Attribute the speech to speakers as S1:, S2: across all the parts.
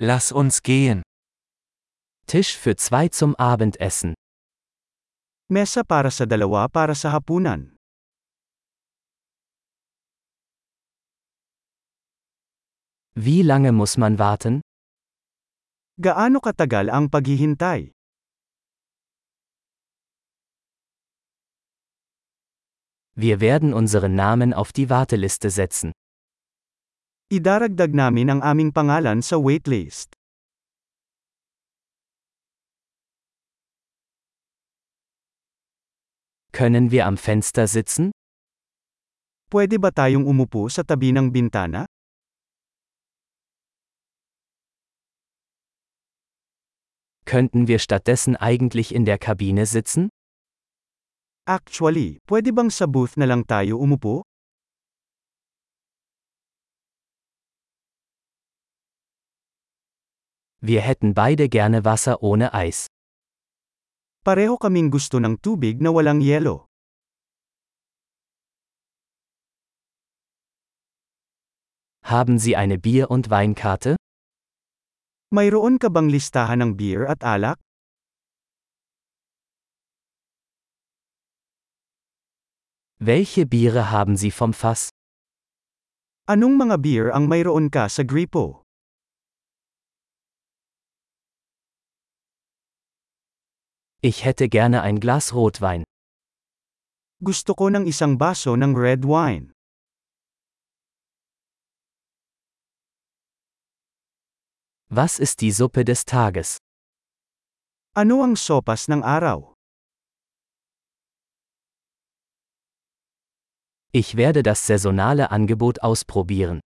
S1: Lass uns gehen. Tisch für zwei zum Abendessen.
S2: Mesa para sa dalawa para sa hapunan.
S1: Wie lange muss man warten?
S2: Gaano katagal ang paghihintay?
S1: Wir werden unseren Namen auf die Warteliste setzen.
S2: Idaragdag namin ang aming pangalan sa waitlist.
S1: Können wir am Fenster sitzen?
S2: Pwede ba tayong umupo sa tabi ng bintana?
S1: Könnten wir stattdessen eigentlich in der Kabine sitzen?
S2: Actually, pwede bang sa booth na lang tayo umupo?
S1: Wir hätten beide gerne Wasser ohne Eis.
S2: Pareho kaming gusto ng tubig na walang yelo.
S1: Haben Sie eine Bier- und Weinkarte?
S2: Mayroon ka bang listahan ng beer at alak?
S1: Welche Biere haben Sie vom Fass?
S2: Anong mga beer ang mayroon ka sa gripo?
S1: Ich hätte gerne ein Glas Rotwein.
S2: Gusto ko ng isang baso ng red wine.
S1: Was ist die Suppe des Tages?
S2: Ano ang sopas ng araw?
S1: Ich werde das saisonale Angebot ausprobieren.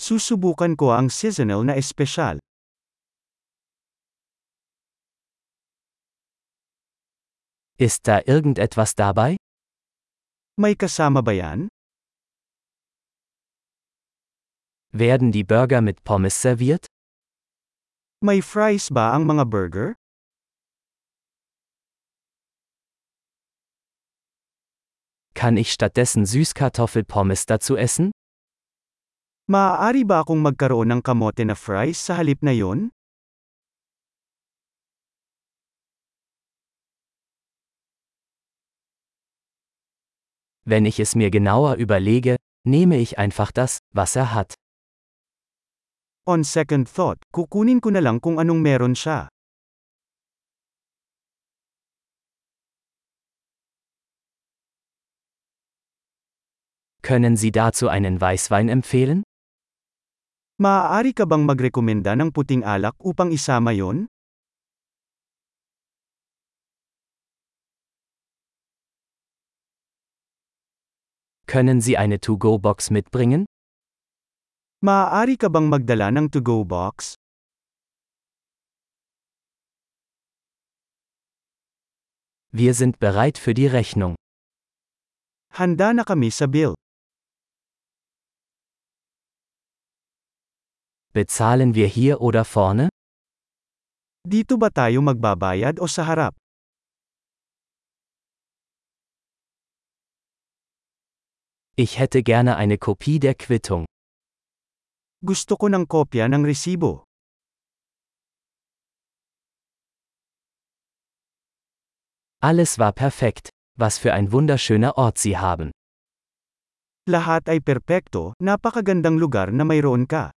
S2: Susubukan ko ang seasonal na espesyal.
S1: Ist da irgendetwas dabei?
S2: May kasama ba yan?
S1: Werden die Burger mit Pommes serviert?
S2: May fries ba ang mga burger?
S1: Kann ich stattdessen Süßkartoffelpommes dazu essen?
S2: Maaari ba akong magkaroon ng kamote na fries sa halip na yon?
S1: Wenn ich es mir genauer überlege, nehme ich einfach das, was er hat.
S2: On second thought, kukunin ko na lang kung anong meron siya.
S1: Können Sie dazu einen Weißwein empfehlen?
S2: Maaari ka bang magrekomenda ng puting alak upang isama yon?
S1: Können Sie eine To-Go-Box mitbringen?
S2: Maaari ka bang magdala ng to-go box?
S1: Wir sind bereit für die Rechnung.
S2: Handa na kami sa bill.
S1: Bezahlen wir hier oder vorne?
S2: Dito ba tayo magbabayad o sa harap?
S1: Ich hätte gerne eine Kopie der Quittung.
S2: Gusto ko ng kopya ng resibo.
S1: Alles war perfekt. Was für ein wunderschöner Ort Sie haben.
S2: Lahat ay perpekto, napakagandang lugar na mayroon ka.